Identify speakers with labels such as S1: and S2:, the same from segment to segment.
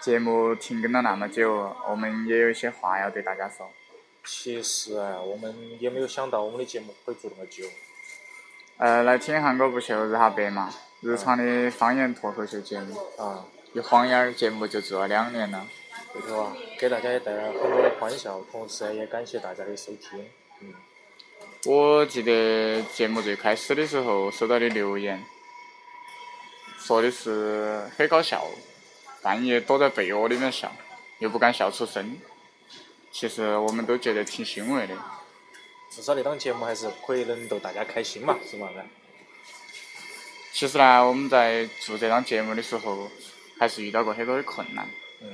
S1: 节目停更了那么久，我们也有一些话要对大家说。
S2: 其实啊，我们也没有想到我们的节目会做那么久。
S1: 呃，来听韩国不秀日哈白嘛，日常的方言脱口秀节目，
S2: 啊，
S1: 一晃眼儿节目就做了两年了。
S2: 对头啊，给大家也带来很多的欢笑，同时也感谢大家的收听。嗯，
S1: 我记得节目最开始的时候收到的留言，说的是很搞笑，半夜躲在被窝里面笑，又不敢笑出声。其实我们都觉得挺欣慰的。
S2: 至少那档节目还是可以能逗大家开心嘛，是嘛？噻？
S1: 其实呢，我们在做这档节目的时候，还是遇到过很多的困难。
S2: 嗯，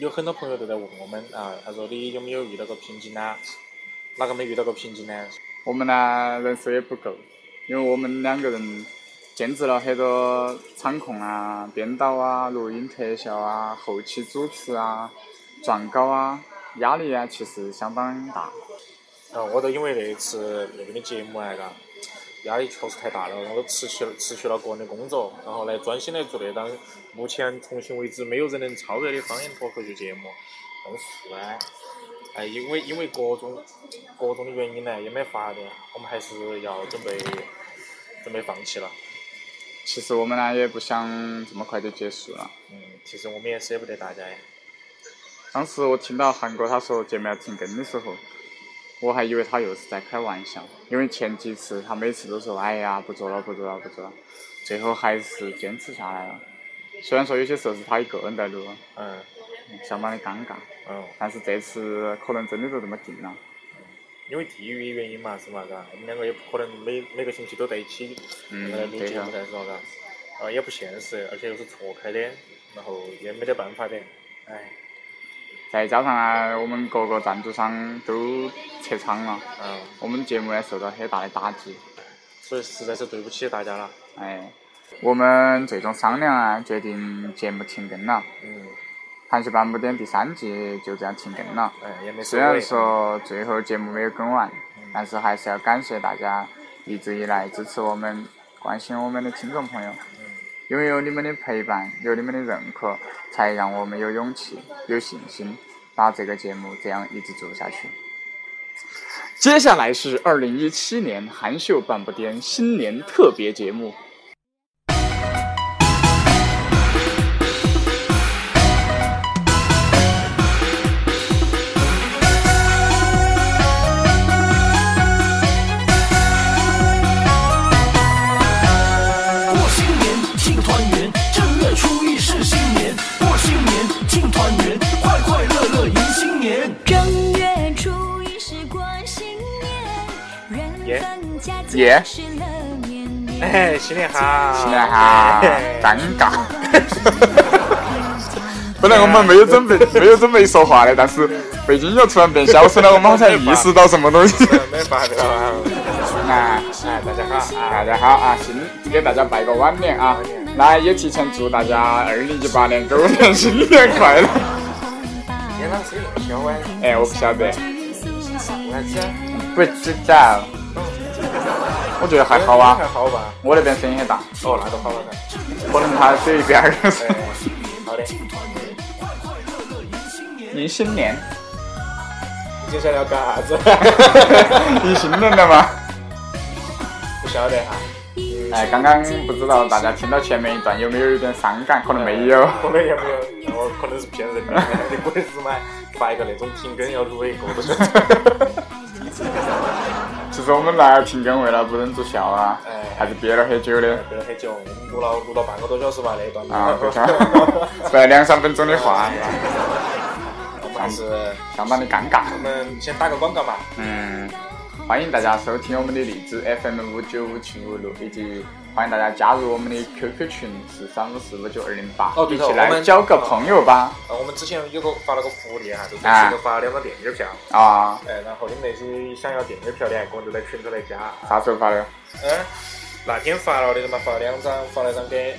S2: 有很多朋友都在问我们啊，他说你有没有遇到过瓶颈呢？哪个没遇到过瓶颈呢？
S1: 我们呢人手也不够，因为我们两个人兼职了很多场控啊、编导啊、录音特效啊、后期主持啊、撰稿啊，压力啊其实相当大。
S2: 啊，我都因为那次那个的节目啊，嘎，压力确实太大了，然后我都辞去了辞去了个人的工作，然后来专心来做那档目前重新为止没有人能超越的方言脱口秀节目。但是呢，哎，因为因为各种各种的原因呢，也没法的，我们还是要准备准备放弃了。
S1: 其实我们呢也不想这么快就结束了。
S2: 嗯，其实我们也舍不得大家呀。
S1: 当时我听到韩哥他说节目要停更的时候，我还以为他又是在开玩笑，因为前几次他每次都说哎呀不做了不做了不做了，最后还是坚持下来了。虽然说有些时候是他一个人在录，
S2: 嗯
S1: 嗯相当的尴尬，
S2: 嗯，
S1: 但是这次可能真的就这么定了。
S2: 因为地域原因嘛，是嘛？嘎，我们两个也不可能每每个星期都在一起来
S1: 嗯，
S2: 录
S1: 对
S2: 节
S1: 呀
S2: 目。噻，是吧？嘎，啊，也不现实，而且又是错开的，然后也没得办法的，哎，
S1: 再加上啊呢，我们各个赞助商都撤场了，
S2: 嗯，
S1: 我们节目也受到很大的打击。
S2: 所以实在是对不起大家了，
S1: 哎，我们最终商量啊，决定节目停更了，《
S2: 嗯，
S1: 韩剧版不点》第三季就这样停更了。
S2: 哎，也没所
S1: 虽然
S2: 谓，嗯
S1: 说最后节目没有更完，但是还是要感谢大家一直以来支持我们、关心我们的听众朋友。
S2: 嗯，
S1: 因为有你们的陪伴，有你们的认可，才让我们有勇气、有信心，把这个节目这样一直做下去。接下来是二零一七年韩秀半步颠新年特别节目。
S3: 过新年，庆团圆，正月初一是新年。过新年，庆团圆，快快乐乐迎新年。
S4: 正月初一是过新年，
S2: 耶
S4: 人放假
S1: 耶
S4: 就是乐年年。
S2: 哎，新年好，
S1: 哎哈，尴尬。 本来我们没有准备， 没有准备说话的，但是背景音乐突然变小声了，我们好像意识到什么东 西。
S2: 嗯没办法了，
S1: 哎，
S2: 哎，大家好啊，
S1: 大家好啊，新给大家拜个晚年啊！来，也提前祝大家二零一八年狗年新年快 乐！
S2: 你啷个声音那么小哎？
S1: 哎，我不晓得，
S2: 我还吃，
S1: 不知道。我觉得还好啊
S2: 还，好吧？
S1: 我那边声音很大，
S2: 哦，那就好了噻，
S1: 可能他只有一边儿。
S2: 哎，好的，
S1: 迎新年，
S2: 接下来要干啥子？
S1: 迎新年了吗？
S2: 不晓得哈，啊
S1: 哎，刚刚不知道大家听到前面一段有没有一点伤感？可能没有。
S2: 可能也没有，那我可能是骗人的，你鬼日妈发一个那种停更要录一个多钟。
S1: 其实我们来停更为了不忍住笑啊
S2: 哎，
S1: 还是憋了很久的
S2: 憋了很久，我们录了录了半个多小时吧那一段。
S1: 啊，非常本来两三分钟的话，
S2: 我们还是
S1: 相当的尴尬。
S2: 我们先打个广告嘛。
S1: 嗯，欢迎大家收听我们的荔枝 FM 五九五七五六，以及欢迎大家加入我们的 QQ 群四三五四五九二零八
S2: 哦，对
S1: 一
S2: 头
S1: 起
S2: 我
S1: 来
S2: 们
S1: 交个朋友吧。
S2: 呃，我们之前有个发了个福利哈，就是
S1: 啊
S2: 这个发两张电影票，
S1: 啊，
S2: 哎，然后你们那些想要电影票的，个人都在群头来加。
S1: 啥时候发的？
S2: 嗯，那天发了的嘛，发了两张，发了一张给，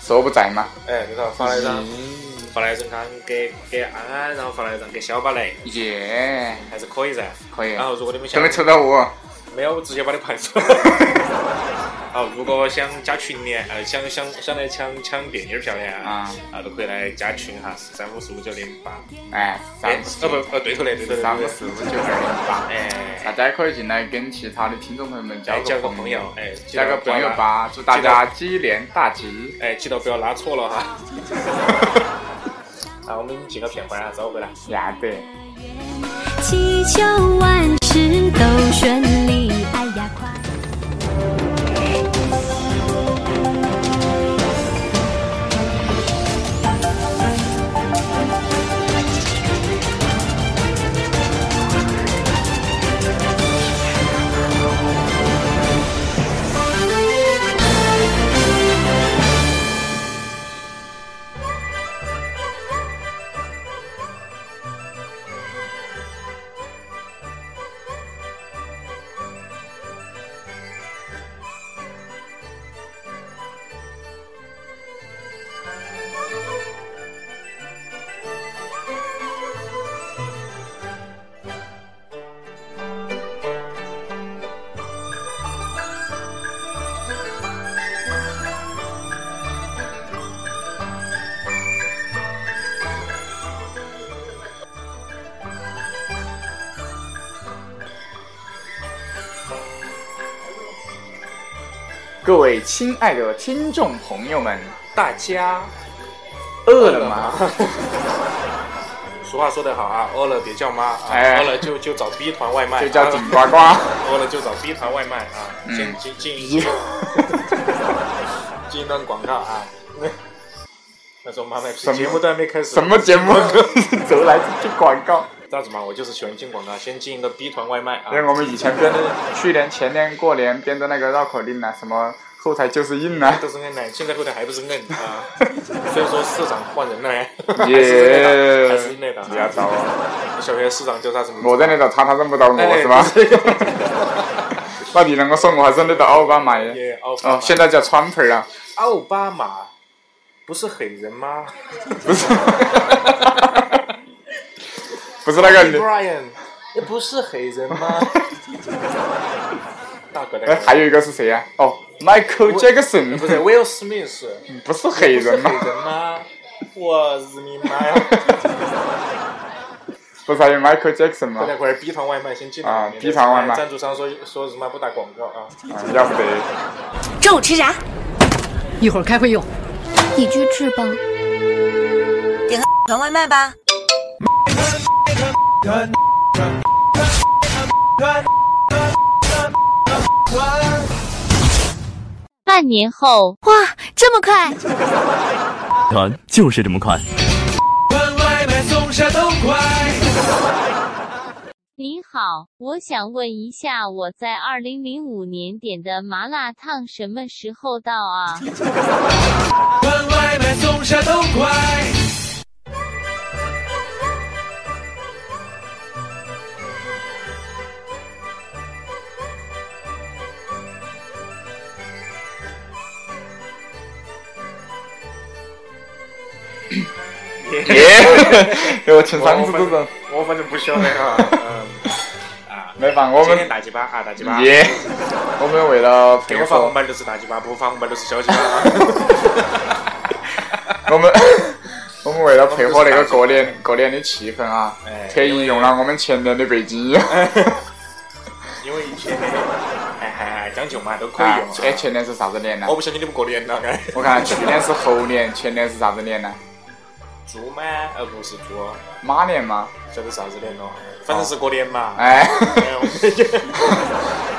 S1: 说不在吗？
S2: 哎，对头，发了一张，发了一张给给安安，然后发了一张给小巴雷，
S1: 耶，
S2: 还是可以噻。
S1: 可以
S2: 然。后如果你们
S1: 都
S2: 想
S1: 没抽到我，
S2: 没有，直接把你排除。好，如果想加群呢，呃，想想想来抢抢电影票呢，
S1: 啊
S2: 啊，都可以来加群哈，三五四五九零八，
S1: 哎，
S2: 哎，
S1: 三
S2: 哦不，呃，对头嘞，对头嘞，
S1: 三五
S2: 对头嘞
S1: 四五九二零八，大
S2: 哎，
S1: 家可以进来跟其他的听众朋友们交
S2: 哎，交
S1: 个
S2: 个朋友，，哎，记得
S1: 交个
S2: 不要
S1: 朋友
S2: 拉，
S1: 吧，祝大家鸡年大吉。
S2: 哎，记得不要拉错了哈。 好，我们进个片花啊，走回来。
S1: 呀对，
S4: 祈求万事都顺利，哎呀快！
S1: 各位亲爱的听众朋友们，
S2: 大家
S1: 饿了吗？？
S2: 俗话说得好啊，饿了别叫妈，啊
S1: 哎
S2: 饿了就就找 B 团外卖，
S1: 就叫
S2: 啊
S1: 顶呱呱。
S2: 饿了就找 B 团外卖啊，
S1: 嗯
S2: 进进进一 进一段广告啊。那时候妈卖批
S1: 什么
S2: 节目都还没开始，
S1: 什么节目？ 走来这句广告。
S2: 这样子嘛，我就是喜欢进广告，先进一个 B 团外卖啊
S1: 因。为我们以前编的，去年前年过年编的那个绕口令呢、什么后台就是啊硬 呢、
S2: 都是摁奶，现在后台还不是摁啊？所以说市长换人了没？ 还是那个，还是那
S1: 耶
S2: 个，
S1: 不要找我，
S2: 小学市长叫啥什么？
S1: 我在那找他，他认不到我
S2: 哎
S1: 是吧？
S2: 不是
S1: 那你能够说我还认得到奥巴马耶？
S2: 耶奥巴
S1: 哦
S2: 马，，
S1: 现在叫川普啊，
S2: 奥巴马不是黑 人吗
S1: 不是，不是那个女，
S2: ？Brian 那不是黑人 吗？大哥
S1: 哎
S2: 的，
S1: 还有一个是谁呀、哦，Michael Jackson，
S2: 不是 Will Smith 是
S1: 不是黑人
S2: 不
S1: 吗
S2: 是？黑人吗？我日你 妈呀！
S1: 不是还有 Michael Jackson 吗
S2: 快？点快点，B 团外卖先进来
S1: 啊
S2: 免得
S1: B 团外卖
S2: 赞助商说说什么不打广告啊？
S1: 啊要 不得。
S5: 中午吃啥？
S6: 一会儿开会用。
S4: 你去吃吧。
S5: 点个团外卖吧。
S7: 半年后，
S4: 哇，这么快！
S8: 团就是这么快。
S7: 您好，我想问一下，我在二零零五年点的麻辣烫什么时候到啊？
S1: 耶！ 我请三次这种，
S2: 我我反正不晓得 啊。嗯啊，
S1: 没办法，我
S2: 今天
S1: 们
S2: 大鸡巴啊，大鸡巴。
S1: 耶，我们为了陪
S2: 给我发
S1: 说
S2: 红，包就是大鸡巴，不发红包就是小鸡巴啊。
S1: 我们 我们为了配合那个过年过年的气氛啊
S2: 哎，
S1: 特意用了我们前年的北 京，
S2: 因为以前的，哎哎哎，将就嘛，都可以
S1: 啊
S2: 用啊。
S1: 哎，前年是啥子年呢
S2: 我？不相信你们过年了，哎，
S1: 我看去年是猴年，前年是啥子年呢？
S2: 猪吗？呃，不是猪，
S1: 马年吗？
S2: 晓得啥子年咯？反正是过年嘛。
S1: 哎，
S2: 哎，我们就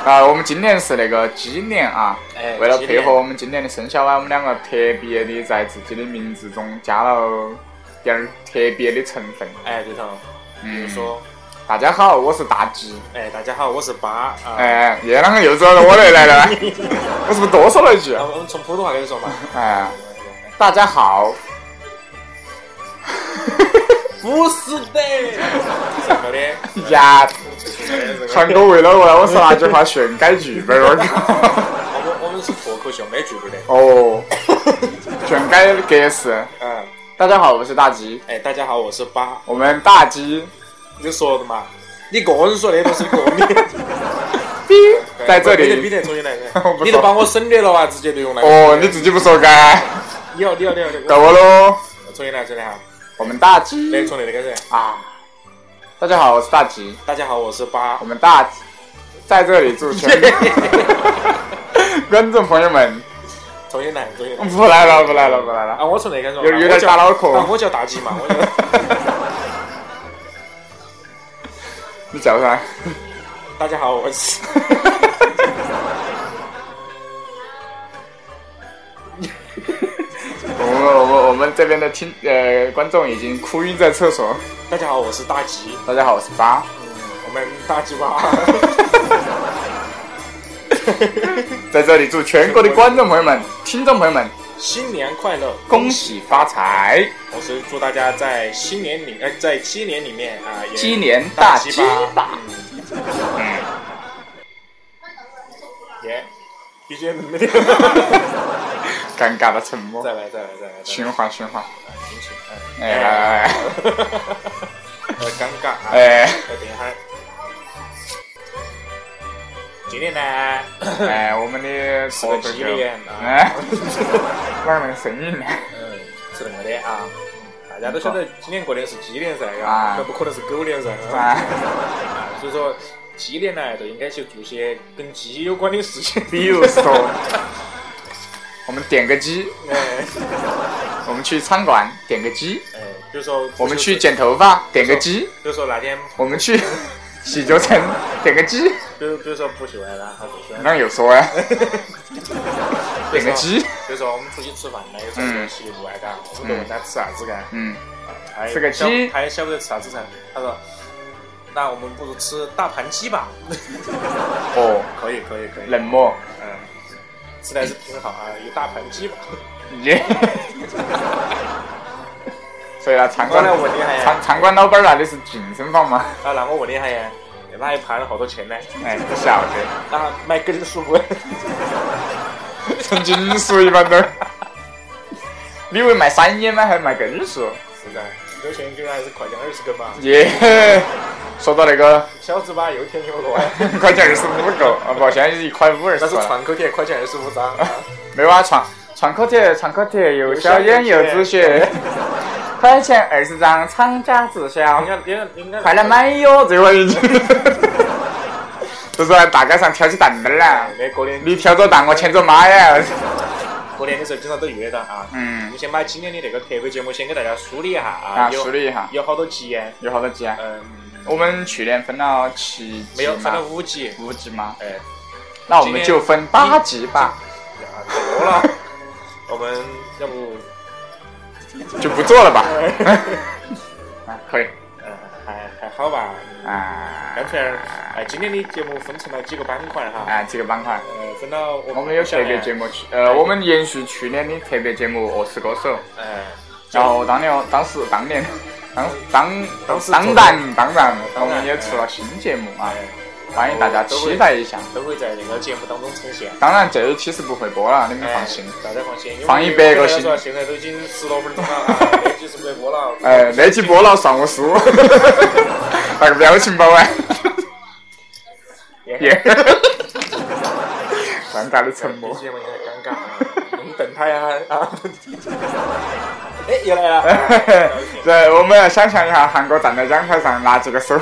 S1: 啊，我们今年是那个鸡年啊
S2: 哎，
S1: 为了
S2: 鸡
S1: 配
S2: 年
S1: 合我们今年的生肖啊，我们两个特别的在自己的名字中加了点儿特别的成分。
S2: 哎，对头，比如
S1: 嗯，
S2: 说，
S1: 大家好，我是大鸡。
S2: 哎，大家好，我是八啊。
S1: 哎，耶，啷个又找到我来来了？我是不是多说了一句
S2: 然？后我们从普通话开始说嘛。
S1: 哎，大家好，
S2: 不是的，上头的，
S1: 呀，
S2: 这个
S1: 传哥为了我来我是那句话炫改剧本儿，我靠！
S2: 我们我们是脱口秀，没剧本的。
S1: 哦，炫改格式。
S2: 嗯，
S1: 大家好，我是大吉，
S2: 哎，大家好，我是八，
S1: 我们大吉
S2: 你说的嘛？你个人说的都是个人的。
S1: 哔在这
S2: 别得别
S1: 里。
S2: 得重新来
S1: 我，不
S2: 你都
S1: 说
S2: 把我省略了哇，直接就用来。
S1: 哦，你自己不说该，
S2: 你要你要你要，
S1: 到我喽。
S2: 重新来，重新来哈，
S1: 我们大吉
S2: 来从那里开始。
S1: 啊！大家好，我是大吉。
S2: 大家好，我是八
S1: 我，们大吉在这里祝 全观众朋友们
S2: 重新来，重新来。
S1: 不来了，不来了，不来
S2: 啊，
S1: 了。
S2: 我从那开始嘛。
S1: 有有点
S2: 我叫
S1: 打脑壳
S2: 啊我叫大吉嘛，我叫。
S1: 你叫啥？
S2: 大家好，我是。
S1: 我们我们我们这边的听呃观众已经哭晕在厕所。
S2: 大家好，我是大吉，
S1: 大家好，我是八。
S2: 我们大吉吧。
S1: 在这里祝全国的观众朋友们、听众朋友们
S2: 新年快乐，
S1: 恭！喜发财，
S2: 我是祝大家在新年里，呃，在鸡年里面啊，也
S1: 鸡年大吉
S2: 吧。
S1: 吧！
S2: 嗯
S1: 嗯，
S2: 耶，BGM 没有。
S1: 尴尬的沉默
S2: 再，来，再来，再来，再来
S1: 循环循环。
S2: 行行，
S1: 哎哎哎
S2: 呃，尴尬啊！
S1: 哎
S2: 呃，等一下。今天呢，
S1: 哎，我们的
S2: 是
S1: 头
S2: 个
S1: 哥
S2: 鸡
S1: 哥，
S2: 年啊
S1: 哎，，哪能声音呢？
S2: 嗯，是那个的啊。大家都晓得今年过年是鸡年噻，
S1: 啊
S2: 那不可能是狗年噻。
S1: 啊，
S2: 啊，所以说鸡年呢，就应该去做些跟鸡有关的事情。
S1: 比如说，我们点个鸡，
S2: 哎，
S1: 我们去餐馆点个鸡，
S2: 哎，比如说
S1: 我们去，剪头发点个鸡，
S2: 比如说那天，
S1: 我们去 洗脚城点个鸡，
S2: 比如比如说不喜欢了，他不喜欢。
S1: 哪有说 呀？点个鸡，
S2: 比如说我们出去吃饭呢，有时候就去户外嘎，我们就问他吃啥子干，
S1: 嗯，
S2: 还
S1: 吃个
S2: 晓
S1: 鸡
S2: 还晓不得吃啥子噻。他说，那我们不如吃大盘鸡吧。
S1: 哦，
S2: 可以可以可以，
S1: 冷漠，
S2: 嗯，吃的还是挺好啊，有大盘 鸡吧。
S1: 耶。所以啊，餐
S2: 我
S1: 馆
S2: 来问你一下
S1: 餐餐馆老板那里是健身房吗？
S2: 啊，那我问你一下呀，那一盘好多钱呢？
S1: 哎，不晓得，
S2: 那买根数不？
S1: 纯金属一般都。 你以为卖散烟吗？还卖根数？
S2: 是的，有钱一根还是快点二十根嘛。
S1: 耶、 说到那个
S2: 小子吧，又甜又乱。
S1: 一块钱二十五个，啊不，现在是一块五二十
S2: 但是
S1: 个了。
S2: 创口甜，块钱二十五张。
S1: 没有啊，创创可贴，创可贴，又小烟又止血，块钱二十张，厂家直销
S2: 人，家人家人家
S1: 快来！买哟！这个已经，就是大街上挑起担担来，
S2: 那过年
S1: 你挑着担，我牵着妈呀！
S2: 过年的时候经常都遇得到啊。我
S1: 嗯
S2: 们，先把今年的那个特别节目先给大家梳理一下啊，
S1: 啊，
S2: 有
S1: 梳理一下，
S2: 有好多集，
S1: 有好多集啊？
S2: 嗯，
S1: 我们去年分了七
S2: 没
S1: 集
S2: 有翻
S1: 嘛
S2: 到，五集，
S1: 五集嘛，
S2: 哎，
S1: 那我们就分八集吧，
S2: 啊 多了，我们要不，
S1: 就不做了 吧？啊，可以
S2: 嗯，还还好吧，嗯
S1: 啊
S2: 干脆，哎，今年的节目分成了几个板块哈，
S1: 啊，这个板块。
S2: 呃，分到我
S1: 我们有特别节
S2: 目，
S1: 目去，呃，我们延续去年的特别节目《饿死歌手》，
S2: 哎，
S1: 然后当年当时当年当当
S2: 当时
S1: 当然当然，我们也
S2: 当然
S1: 出了新节目啊，
S2: 哎，
S1: 欢迎大家期待一下。
S2: 都会在那个节目当中呈现。
S1: 当然这一期是不会播了，你们
S2: 哎
S1: 嗯放心。
S2: 大家放心，因为
S1: 放一百个心
S2: 我跟大家说现在都已经十多分钟了， 啊那几十不播了。
S1: 哎，那期播了算我输，那个表情包啊，
S2: 也。
S1: 耶，尴尬的沉默
S2: 节目有点尴尬啊，我们等他呀啊！ 哎，又来 了，
S1: 对，我们要想象一下，韩国站在讲台上拿起个手，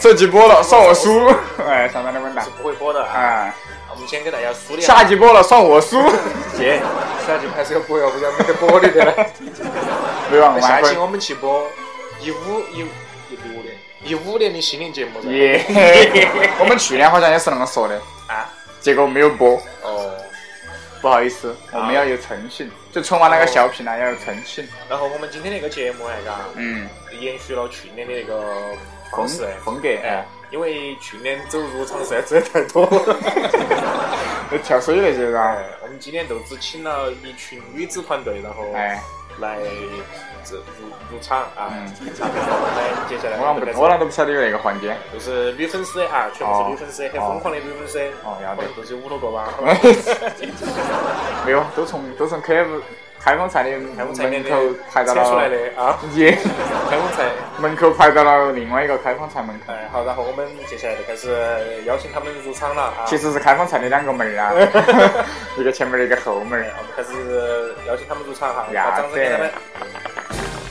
S1: 手机播了算我输，哎，相当的稳当
S2: 是。不会播的啊。
S1: 哎，
S2: 我们先给大家梳理一
S1: 下一集播了算我输。
S2: 节，下集还是要播要不然没得播的的了。
S1: 没忘，我们
S2: 下
S1: 还
S2: 期
S1: 会
S2: 我们去播一五一一六年一五年的新年节目噻。
S1: 耶。 我们去年好像也是那么说的，
S2: 啊，
S1: 结果没有播，
S2: 哦。
S1: 不好意思，我们要有诚信，就春晚那个小品啊，要有诚信。
S2: 然后我们今天那个节目哎，嘎，
S1: 嗯，
S2: 延续了去年的那个
S1: 风
S2: 方式哎。
S1: 风格哎，
S2: 因为去年走入场实在走得太 多了，
S1: 就跳水那些
S2: 哎
S1: 噻。，
S2: 我们今天都只请了一群女子团队，然后
S1: 哎，
S2: 来这入入场啊，
S1: 嗯
S2: 差不多我们接下来
S1: 我啷不
S2: 们就开始
S1: 我啷都不晓得有那个环节。
S2: 就是女粉丝
S1: 哦
S2: 啊，全部是女粉丝，很疯狂的女粉丝，
S1: 哦要得
S2: 可能都是五六个吧。
S1: 没有，都从都从开封开封菜的
S2: 开封
S1: 门
S2: 菜面
S1: 口排到
S2: 拆出来
S1: 了，
S2: 的啊，
S1: 也
S2: 开封菜。
S1: 门口排到了另外一个开封菜门口，
S2: 哎，好，然后我们接下来就开始邀请他们入场了啊。
S1: 其实是开封菜的两个门儿啊，一个前门儿一个后门儿。
S2: 我们开始邀请他们入场哈，
S1: 呀
S2: 把掌声给他们。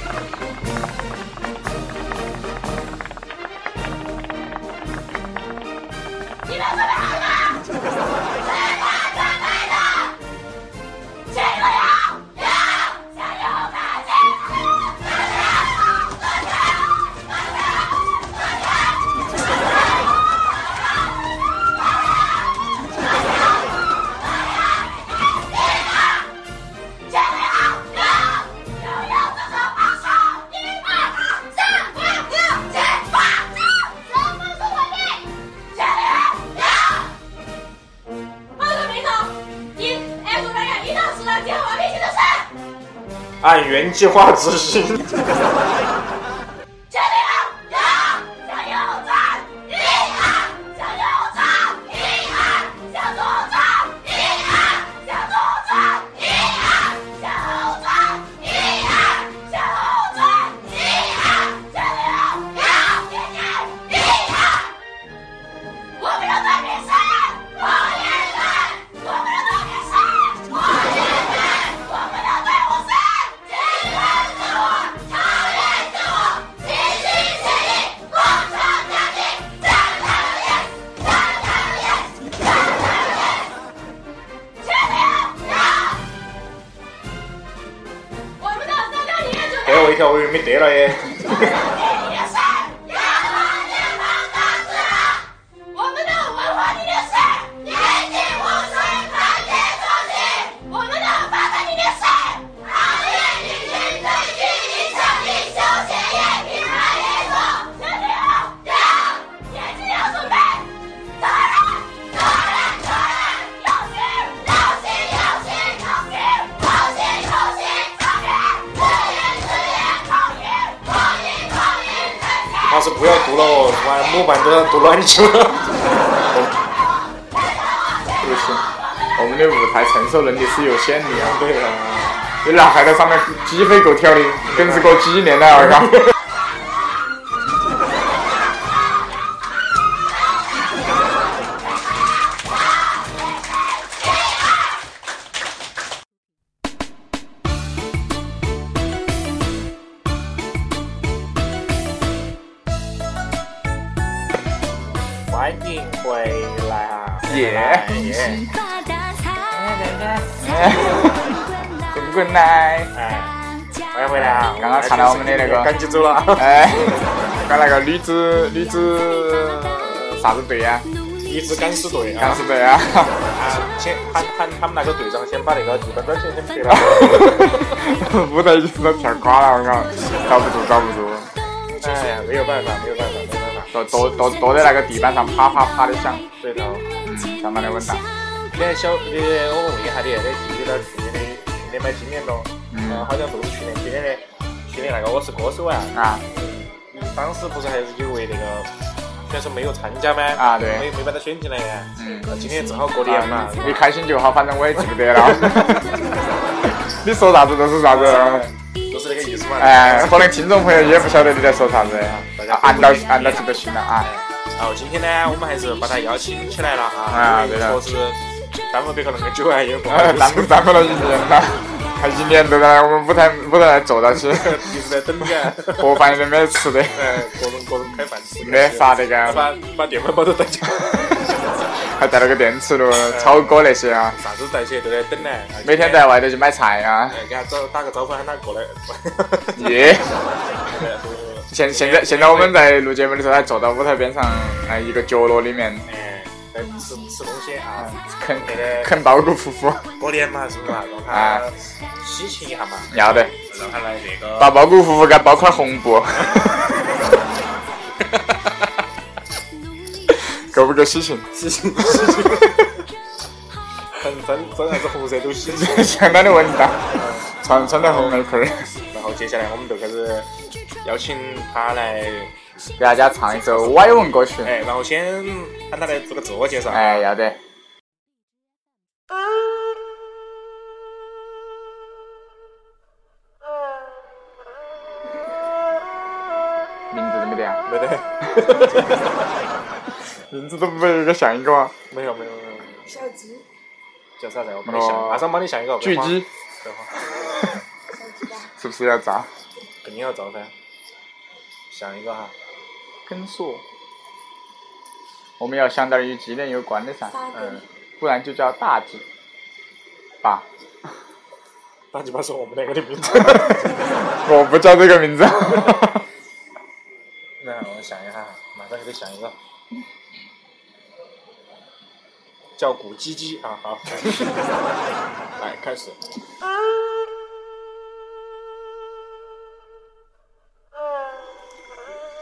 S2: 按原计划执行。给我一条，我以为没得了耶。老师不要读了哦，把木板都要读乱七了。
S1: 不行，我们的舞台承受能力是有限的呀。
S2: 对
S1: 嗯
S2: 了，
S1: 你俩还在上面鸡飞狗跳的，跟是个鸡年代儿嘎。
S2: 欢迎回来啊！
S1: 耶
S2: 耶！
S4: 发大财，
S1: 滚滚来！
S2: 哎，欢
S4: 家
S2: 迎回来啊！
S1: 刚刚唱了我们的那个
S2: 赶紧走了啊。
S1: 哎，刚那个女子女子啥子队啊？
S4: 努力
S2: 一支敢死队
S1: 干
S2: 啊！
S1: 事队啊？
S2: 啊，先喊喊他们那个队长先把那个地板砖先先撇了。
S1: 舞台一直都跳垮了，我靠，遭不住遭不住，
S2: 哎呀，没有办法，没有办法，没有办法。
S1: 坐坐坐坐在那个地板上啪啪啪的响，
S2: 对头，
S1: 相当的稳当。
S2: 那小你我问一下你，那有点去年的去年买今年咯？嗯，好像不是去年，今年的去年那个我是歌手啊。
S1: 啊，
S2: 嗯，当时不是还是有位那个选手没有参加吗？
S1: 啊对
S2: 没没把他选进来呀。
S1: 嗯
S2: 那今天正好过年嘛
S1: 啊，你开心就好，反正我也记不得了。 你说啥子就是 啥子。
S2: 就是那个意思嘛。
S1: 哎，可能听众朋友也不晓得你在说啥子，啊按到按到这就行了 啊。
S2: 然后今天呢，我们还是把他邀请起来了啊，
S1: 啊
S2: 因为
S1: 对的
S2: 确实耽误别个那么久啊，也不好
S1: 呃
S2: 意
S1: 耽
S2: 思
S1: 误耽误了一年 了，还一年都在我们舞台舞台坐到 起，
S2: 一直在等着。
S1: 盒饭都没得吃的，
S2: 哎，各种各种开饭吃，啊
S1: 没啥那个，
S2: 把把电饭煲都带起，
S1: 还带了个电磁炉、炒锅那些啊，
S2: 啥子带起都在 等呢。啊
S1: 每天在外头去买菜 啊。
S2: 哎给他招打个招呼，喊他过 来。哎
S1: 耶！现现在现在我们在录节目的时候，还坐到舞台边上，哎，一个角落里面
S2: 哎，在吃吃东西啊，
S1: 啃啃稻谷夫妇，
S2: 过年嘛，是不是嘛？让他
S1: 哎
S2: 喜庆一下嘛，
S1: 要得，
S2: 让他来那个。
S1: 把稻谷夫妇给它包块红布，够不够喜庆？
S2: 真真真还是红色都喜庆。
S1: 相当的啊稳当，穿穿的红内裤儿，
S2: 然后接下来我们就开始邀请他来，
S1: 给大家唱一首歪文歌曲。
S2: 哎，然后先
S1: 哎
S2: 哎喊他来做个自我介绍。
S1: 哎，要得。
S2: 哎，
S1: 没得啊？
S2: 没得，
S1: 名字都没有一个像一个吗？
S2: 没有没有没有，
S9: 小鸡，
S2: 叫啥子？我帮你想，
S1: 哦
S2: 马上帮你想一个。
S1: 巨鸡
S2: 等会儿，
S9: 小鸡吧，
S1: 是不是要炸？
S2: 肯定要找噻。想一个哈，
S1: 跟数，我们要想点儿与鸡蛋有关的噻，
S9: 八
S2: 嗯
S9: 根，，
S1: 不然就叫大鸡吧。
S2: 大鸡巴是我们两个的名 字。
S1: 我不叫这个 名字。
S2: 那我想一下，马上给你想一个，叫古鸡鸡啊，好， 来开始，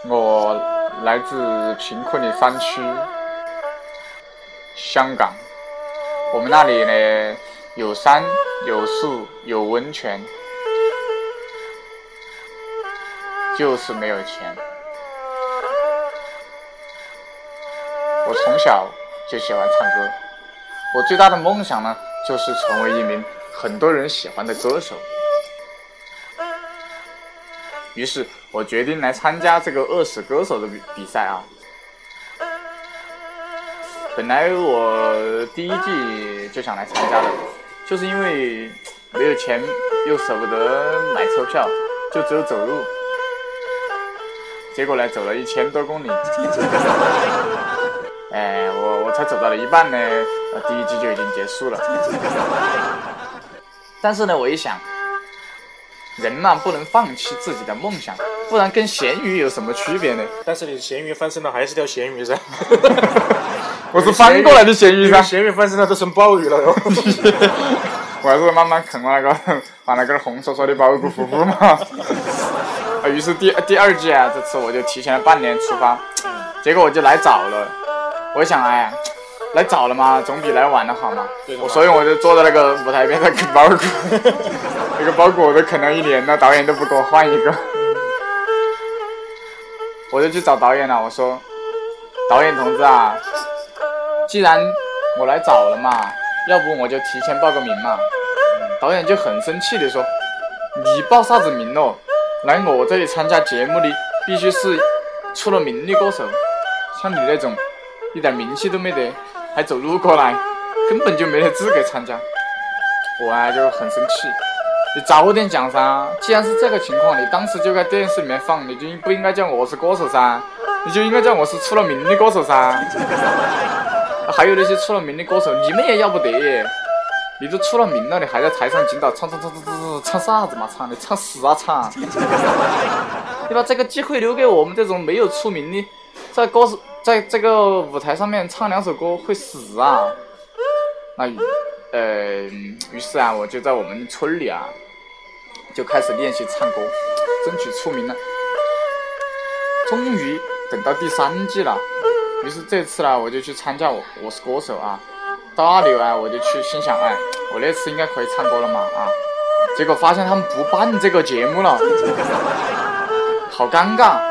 S1: 我来自贫困的山区，香港。我们那里呢有山有树有温泉，就是没有钱。我从小就喜欢唱歌，我最大的梦想呢就是成为一名很多人喜欢的歌手。于是我决定来参加这个饿死歌手的比比赛啊。本来我第一季就想来参加的，就是因为没有钱，又舍不得买车票，就只有走路。结果呢，走了一千多公里，哎，我我才走到了一半呢，呃第一季就已经结束了。 但是呢，我一想，人呐、不能放弃自己的梦想，不然跟咸鱼有什么区别呢？
S2: 但是你咸鱼翻身了还是条咸鱼噻，
S1: 我是翻过来的咸鱼
S2: 你的
S1: 噻，
S2: 咸鱼翻身了都成鲍鱼了哟，
S1: 我还是慢慢啃我那个 把那个红戳戳的包谷糊糊嘛。 啊，于是第第二季啊，这次我就提前了半年出发，结果我就来早了。我想，哎呀，来早了嘛，总比来晚了好嘛。
S2: 对的嘛
S1: 我所以我就坐在那个舞台边上啃包 谷，那个包谷我都啃了一年了，导演都不给我换一个。我就去找导演了，我说，导演同志啊，既然我来早了嘛，要不我就提前报个名嘛。导演就很生气的说：“你报啥子名咯？来我这里参加节目的必须是出了名的歌手，像你那种一点名气都没得，还走路过来，根本就没得资格参加。”我啊就很生气，你早点讲噻！既然是这个情况，你当时就在电视里面放，你就不应该叫我是歌手噻，你就应该叫我是出了名的歌手噻。还有那些出了名的歌手，你们也要不得耶！你都出了名了，你还在台上紧导唱唱唱唱唱唱啥子嘛唱？你唱死啊唱！ 你把这个机会留给我们这种没有出名的，在歌手在这个舞台上面唱两首歌会死啊！那于呃，于是啊，我就在我们村里啊，就开始练习唱歌，争取出名了。终于等到第三季了，于是这次呢，啊我就去参加我我是歌手啊。到那里啊，我就去心想，哎，我那次应该可以唱歌了嘛啊！结果发现他们不办这个节目了，好尴尬。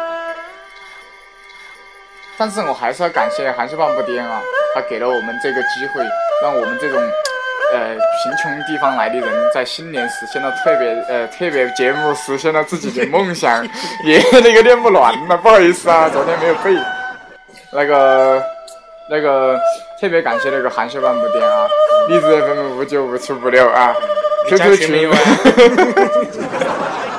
S1: 但是我还是要感谢韩秀半步癫啊，他给了我们这个机会，让我们这种呃贫穷地方来的人，在新年实现了特别呃特别节目，实现了自己的梦想。爷爷那个念不乱了，不好意思啊，昨天没有背。那个那个特别感谢那个韩秀半步癫啊，荔枝 FM 五九五七五六啊
S2: 你加
S1: ，QQ
S2: 群 没有啊？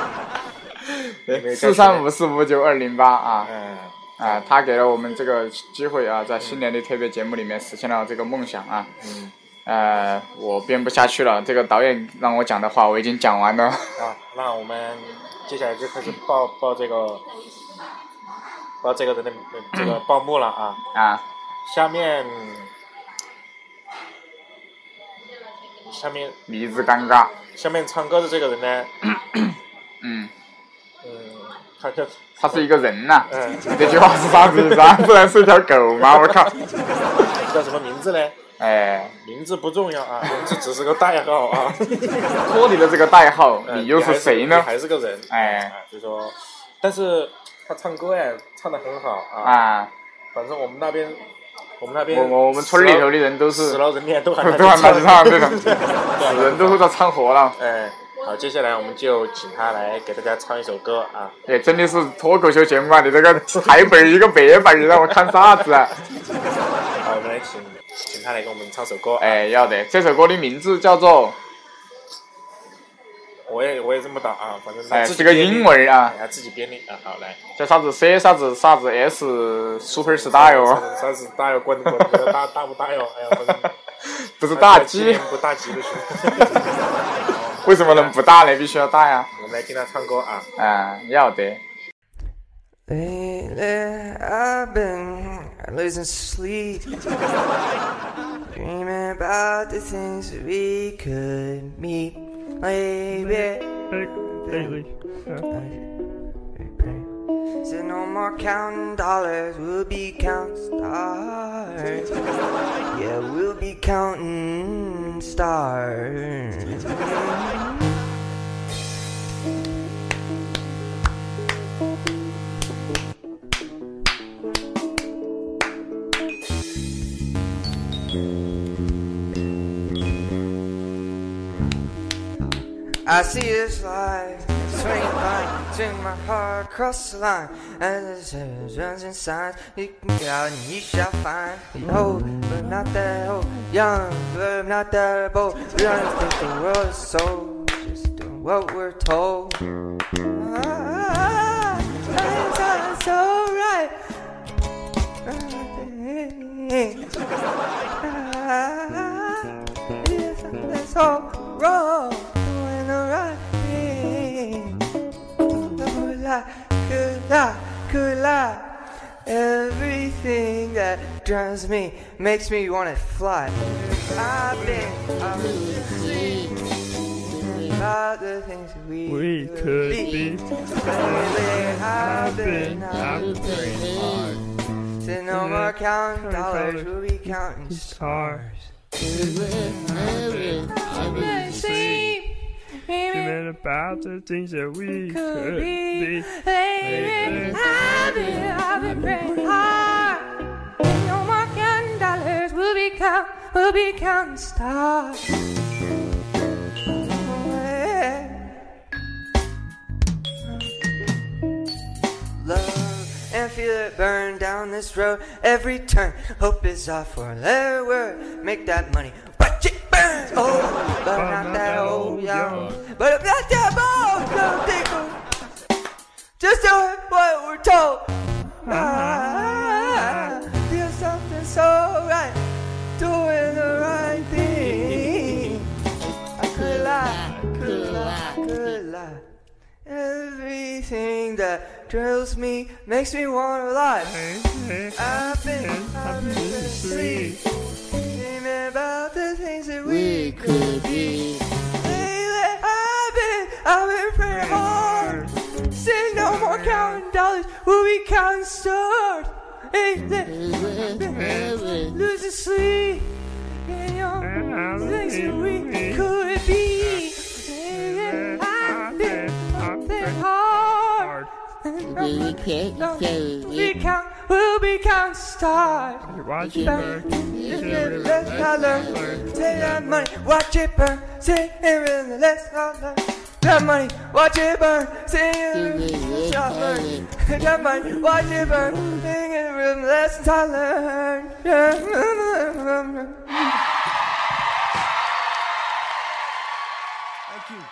S2: 你没有加群
S1: 四三五四五九二零八啊。
S2: 嗯，
S1: 啊，他给了我们这个机会啊，在新年的特别节目里面实现了这个梦想啊。
S2: 嗯。
S1: 呃，我编不下去了，这个导演让我讲的话我已经讲完 了。
S2: 啊，那我们接下来就开始报报这个报这个人的这个报幕了啊。
S1: 啊，
S2: 下面，下面
S1: 迷之尴尬。
S2: 下面唱歌的这个人呢，
S1: 嗯，
S2: 嗯，他就
S1: 他是一个人 呐、
S2: 嗯
S1: 你这句话是啥子意思啊？不然是一条狗吗？我 靠！
S2: 叫什么名字呢？
S1: 哎，
S2: 名字不重要啊，名字只是个代号啊。
S1: 脱离了这个代号，
S2: 嗯
S1: 你又是谁呢
S2: 你？还是个人，
S1: 哎
S2: 啊，就说，但是他唱歌哎，唱的很好啊。
S1: 啊，
S2: 反正我们那边，我们那边
S1: 我我我们村里头的人都
S2: 死
S1: 是
S2: 了人脸都喊
S1: 都喊他去唱这种，
S2: 对啊
S1: 死人都是在唱活了。
S2: 哎，好，接下来我们就请他来给大家唱一首歌啊。
S1: 哎，真的是脱口秀节目啊！你这个台本儿一个白本儿，让我看啥子啊？
S2: 好，我们来请请他来给我们唱首歌。哎，
S1: 哎，要得，这首歌的名字叫做
S2: 我也我也这么打啊，反正他
S1: 哎
S2: 自己
S1: 是个
S2: 编的
S1: 英文儿啊
S2: 哎他自己编的啊。好，来，
S1: 叫啥子 C 啥子啥子 S Super Star 哟，
S2: 三十大哟，滚滚，大大不大哟？哎呀，
S1: 不
S2: 不
S1: 是大 鸡，
S2: 不大吉的是。
S1: 为什么能不大呢？必须要大呀！
S2: 我们来听他唱歌啊。
S1: 啊，要得。
S10: Lately, I've been losing sleep, dreaming about the things we could meet. Maybe said no more counting dollars, we'll be counting stars. Yeah, we'll be counting stars. I see this life swing by, swing my heart across the line. As the seven runs and signs, you can get out and you shall find. Behold, but not that old, young, but not that bold. We don't think the world is so, just doing what we're told. Ah, it's all right. Ah, yes, that's all wrong. Doing the right thing. Could I, could I, could I? Everything that drowns me makes me want to fly. I've been up to about the things we, could be. Lately, I've been up to no more counting dollars, we'll be counting stars. Sleep, dreaming about the things that we could be. Lately, I've been, I've been praying hard. No more counting dollars, we'll be count, we'll be counting stars. Love and feel it burn down this road every turn. Hope is our forever word. Make that money. Watch it burn. Oh, but I'm not that old, young. But I'm not that old. Don't think of- Just do what we're told. Ah, feel something so right. Doing the right thing. I could lie, could lie, could lie. Everything that drills me makes me want to lie. I've been, I've been asleep. Dreaming about the things that we could be. Lately, I've been, I've been praying hard. Say no more counting dollars, we'll be counting stars. Lately, Losing sleep. And your things that we could be. Lately, I've been, I've been hard. We count, we'll be count stars. Watch it burn. Let's not learn. Take that money, watch it burn. Sit here and let's not learn. That money, watch it burn. Sing it, shall burn. That money, watch it burn. Sing it, room, let's not learn. Yeah.
S3: 你。